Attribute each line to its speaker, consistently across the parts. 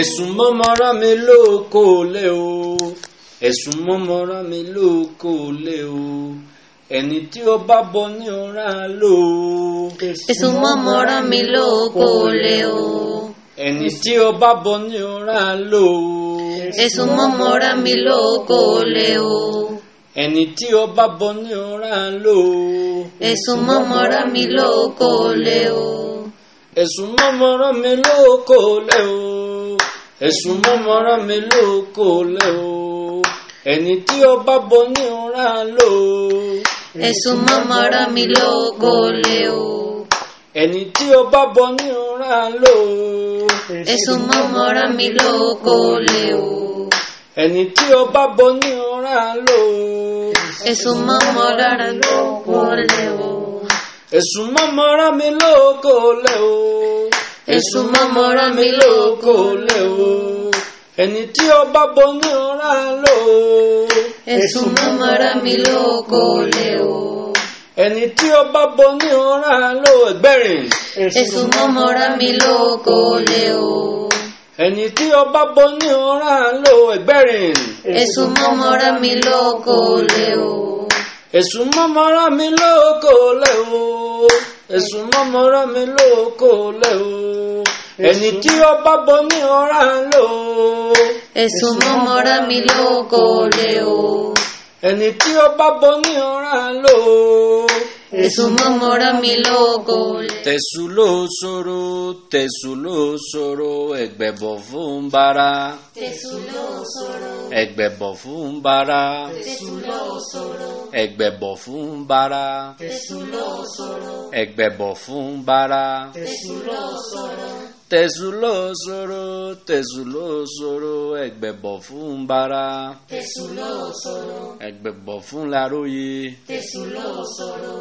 Speaker 1: ẹ̀sùn mọ́mọ́ra mi lóko lé o ẹ̀sùn mọ́mọ́ra mi lóko lé o ẹni tí ó bá bọ ní ọ̀rá lò ó.
Speaker 2: Èṣù mọ́mọ́rán mi lóko lé o.
Speaker 1: ẹni tí ó bá bọ ní ọ̀rá lò ó.
Speaker 2: Èṣù mọ́mọ́rán mi lóko lé o.
Speaker 1: ẹni tí ó bá bọ ní ọ̀rá lò ó.
Speaker 2: Èṣù mọ́mọ́rán mi lóko lé o.
Speaker 1: ẹ̀sùn mọ́mọ́ra mi lóko lé o ẹ̀sùn mọ́mọ́ra mi lóko lé o ẹni tí ó bá bọ ní ọ̀rá lò ó.
Speaker 2: Èṣù mọ́mọ́rán mi lóko lé o.
Speaker 1: ẹni tí ó bá bọ ní ọ̀rá lò ó.
Speaker 2: Èṣù mọ́mọ́rán mi lóko lé o.
Speaker 1: ẹni tí ó bá bọ ní ọ̀rá lò ó.
Speaker 2: Èṣù mọ́mọ́rán mi lóko lé o.
Speaker 1: ẹ̀sùn mọ́mọ́ra mi lóko lé o.
Speaker 2: Èṣù mọ́mọ́rán mi lóko lé o.
Speaker 1: ẹni tí ó bá bọ ní ọ̀rá lò ó.
Speaker 2: Èṣù mọ́mọ́rán mi lóko lé o.
Speaker 1: ẹni tí ó bá bọ ní ọ̀rá lò ó. ẹgbẹ́rin.
Speaker 2: Èṣù mọ́mọ́rán mi lóko lé o.
Speaker 1: ẹni tí ọba bọ ní ọ̀rá lò ẹgbẹ́rin
Speaker 2: Èṣù mọ́mọ́rán mi lóko lé o.
Speaker 1: ẹ̀sùn mọ́mọ́rá mi lóko lẹ́ o ẹ̀sùn mọ́mọ́rá mi lóko lẹ́ o ẹni tí ọba bọ ní ọ̀rá lò
Speaker 2: Èṣù mọ́mọ́rán mi lóko lé o.
Speaker 1: ẹni tí ọba bọ ní ọ̀rá lò
Speaker 2: Èṣù mọ́mọ́rán mi lóko lé o.
Speaker 1: tẹ̀sù ló ṣòro tẹ̀sù ló ṣòro ẹgbẹ̀bọ̀ fún bara
Speaker 2: Èṣù ló ṣòro.
Speaker 1: ẹgbẹ̀bọ̀ fún bara
Speaker 2: Èṣù ló ṣòro.
Speaker 1: ẹgbẹ̀bọ̀ fún bara
Speaker 2: Èṣù ló ṣòro.
Speaker 1: ẹgbẹ̀bọ̀ fún bara.
Speaker 2: Èṣù ló ṣòro.
Speaker 1: tẹ̀sù ló ṣòro tẹ̀sù ló ṣòro ẹgbẹ̀bọ̀ fún bara
Speaker 2: Èṣù ló ṣòro.
Speaker 1: ẹgbẹ̀bọ̀ fún laróye
Speaker 2: Èṣù ló ṣòro.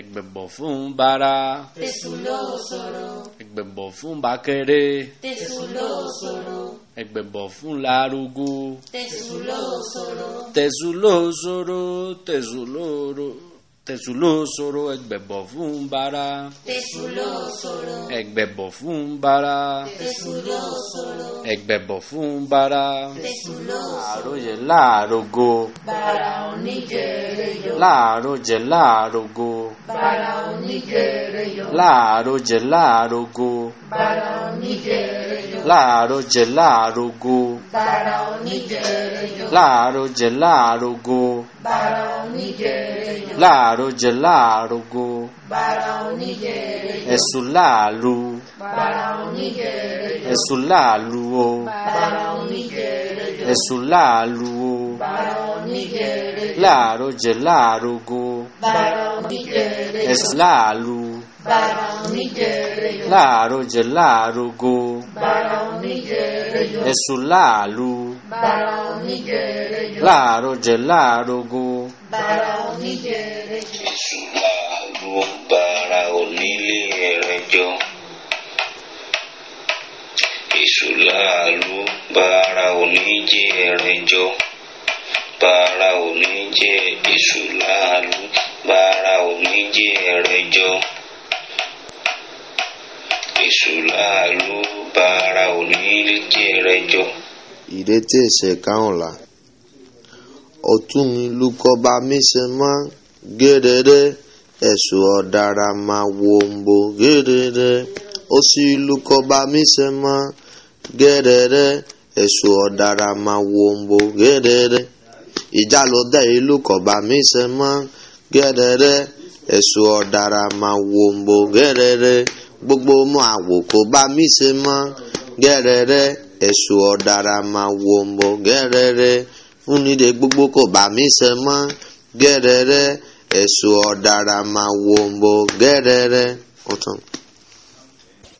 Speaker 1: ẹgbẹ̀bọ̀ fún bara
Speaker 2: Èṣù ló ṣòro.
Speaker 1: ẹgbẹ̀bọ̀ fún bákẹ́rẹ́
Speaker 2: Èṣù ló ṣòro.
Speaker 1: ẹgbẹ̀bọ̀ fún larugu
Speaker 2: Èṣù ló ṣòro.
Speaker 1: tẹ̀sù ló ṣòro tẹ̀sù ló ro tẹ̀sù ló ṣòro ẹgbẹ̀bọ̀ fún bara
Speaker 2: Èṣù ló ṣòro.
Speaker 1: ẹgbẹ̀bọ̀ fún bara
Speaker 2: Èṣù ló ṣòro.
Speaker 1: ẹgbẹ̀bọ̀ fún bara
Speaker 2: Èṣù ló ṣòro.
Speaker 1: àròyé láàrogo
Speaker 2: Bàrà oníjẹrẹ yọ.
Speaker 1: láàárọ̀ jẹ láàrogo.
Speaker 2: Bàrà oníjẹrẹ yọ.
Speaker 1: láàárọ̀ jẹ láàrogo
Speaker 2: Bàrà oníjẹrẹ yọ.
Speaker 1: láàárọ̀ jẹ láàrogo
Speaker 2: Bàrà oníjẹrẹ yọ.
Speaker 1: láàárọ̀ jẹ láàrogo
Speaker 2: Bàrà oníjẹrẹ yọ.
Speaker 1: láàárọ̀ jẹ láàrogo
Speaker 2: Bàrà oníjẹrẹ yọ.
Speaker 1: ẹ̀sùn láàlú
Speaker 2: Bàrà oníjẹrẹ yọ.
Speaker 1: ẹ̀sùn láàlú o
Speaker 2: Bàrà oníjẹrẹ yọ.
Speaker 1: ẹ̀sùn láàlú o
Speaker 2: Bàrà oníjẹrẹ yọ.
Speaker 1: láàárọ̀ jẹ láàrogo
Speaker 2: Bàrà oníjẹrẹ yọ.
Speaker 1: ẹ̀sùn láàlú
Speaker 2: Bàrà oníjẹrẹ yọ.
Speaker 1: láàárọ̀ jẹ láàrogo
Speaker 2: Bàrà oníjẹrẹ yọ.
Speaker 1: ẹ̀sùn láàlú
Speaker 2: Bàrà oníjẹrẹ yọ.
Speaker 1: láàárọ̀ jẹ láàrogo.
Speaker 2: Bàrà oníjẹrẹ yọ.
Speaker 3: ṣùgbọ́n ló bara onílé rẹ̀ jọ. Èṣù láàlú bara oníjẹ rẹ̀ jọ. Bara oníjẹ èṣù láàlú bara oníjẹ rẹ̀ jọ. Èṣù láàlú bara oníjẹ rẹ̀ jọ.
Speaker 4: ìrètí ẹsẹ̀ kàrùnlá ọ̀tún mi lukọba mísẹ́má gẹ́rẹ́rẹ́ ẹ̀sùn ọ̀dàrà máa wo òǹbò gẹ́rẹ́rẹ́ ó sì lukọba mísẹ́má gẹ́rẹ́rẹ́ ẹ̀sùn ọ̀dàrà máa wo òǹbò gẹ́rẹ́rẹ́ ìjà ló dé ìlúkọba mísẹ́má gẹ́rẹ́rẹ́ ẹ̀sùn ọ̀dàrà máa wo òǹbò gẹ́rẹ́rẹ́ gbogbo ọmọ àwòkọ́ bá mísẹ́má gẹ́rẹ́rẹ́ ẹ̀sùn ọ̀dàrà máa wò mọ́ gẹ́rẹ́rẹ́ fúnilé gbogbo kò bá mi ṣe mọ́ gẹ́rẹ́rẹ́ ẹ̀sùn ọ̀dàrà máa wò mọ́ gẹ́rẹ́rẹ́. Ó tán.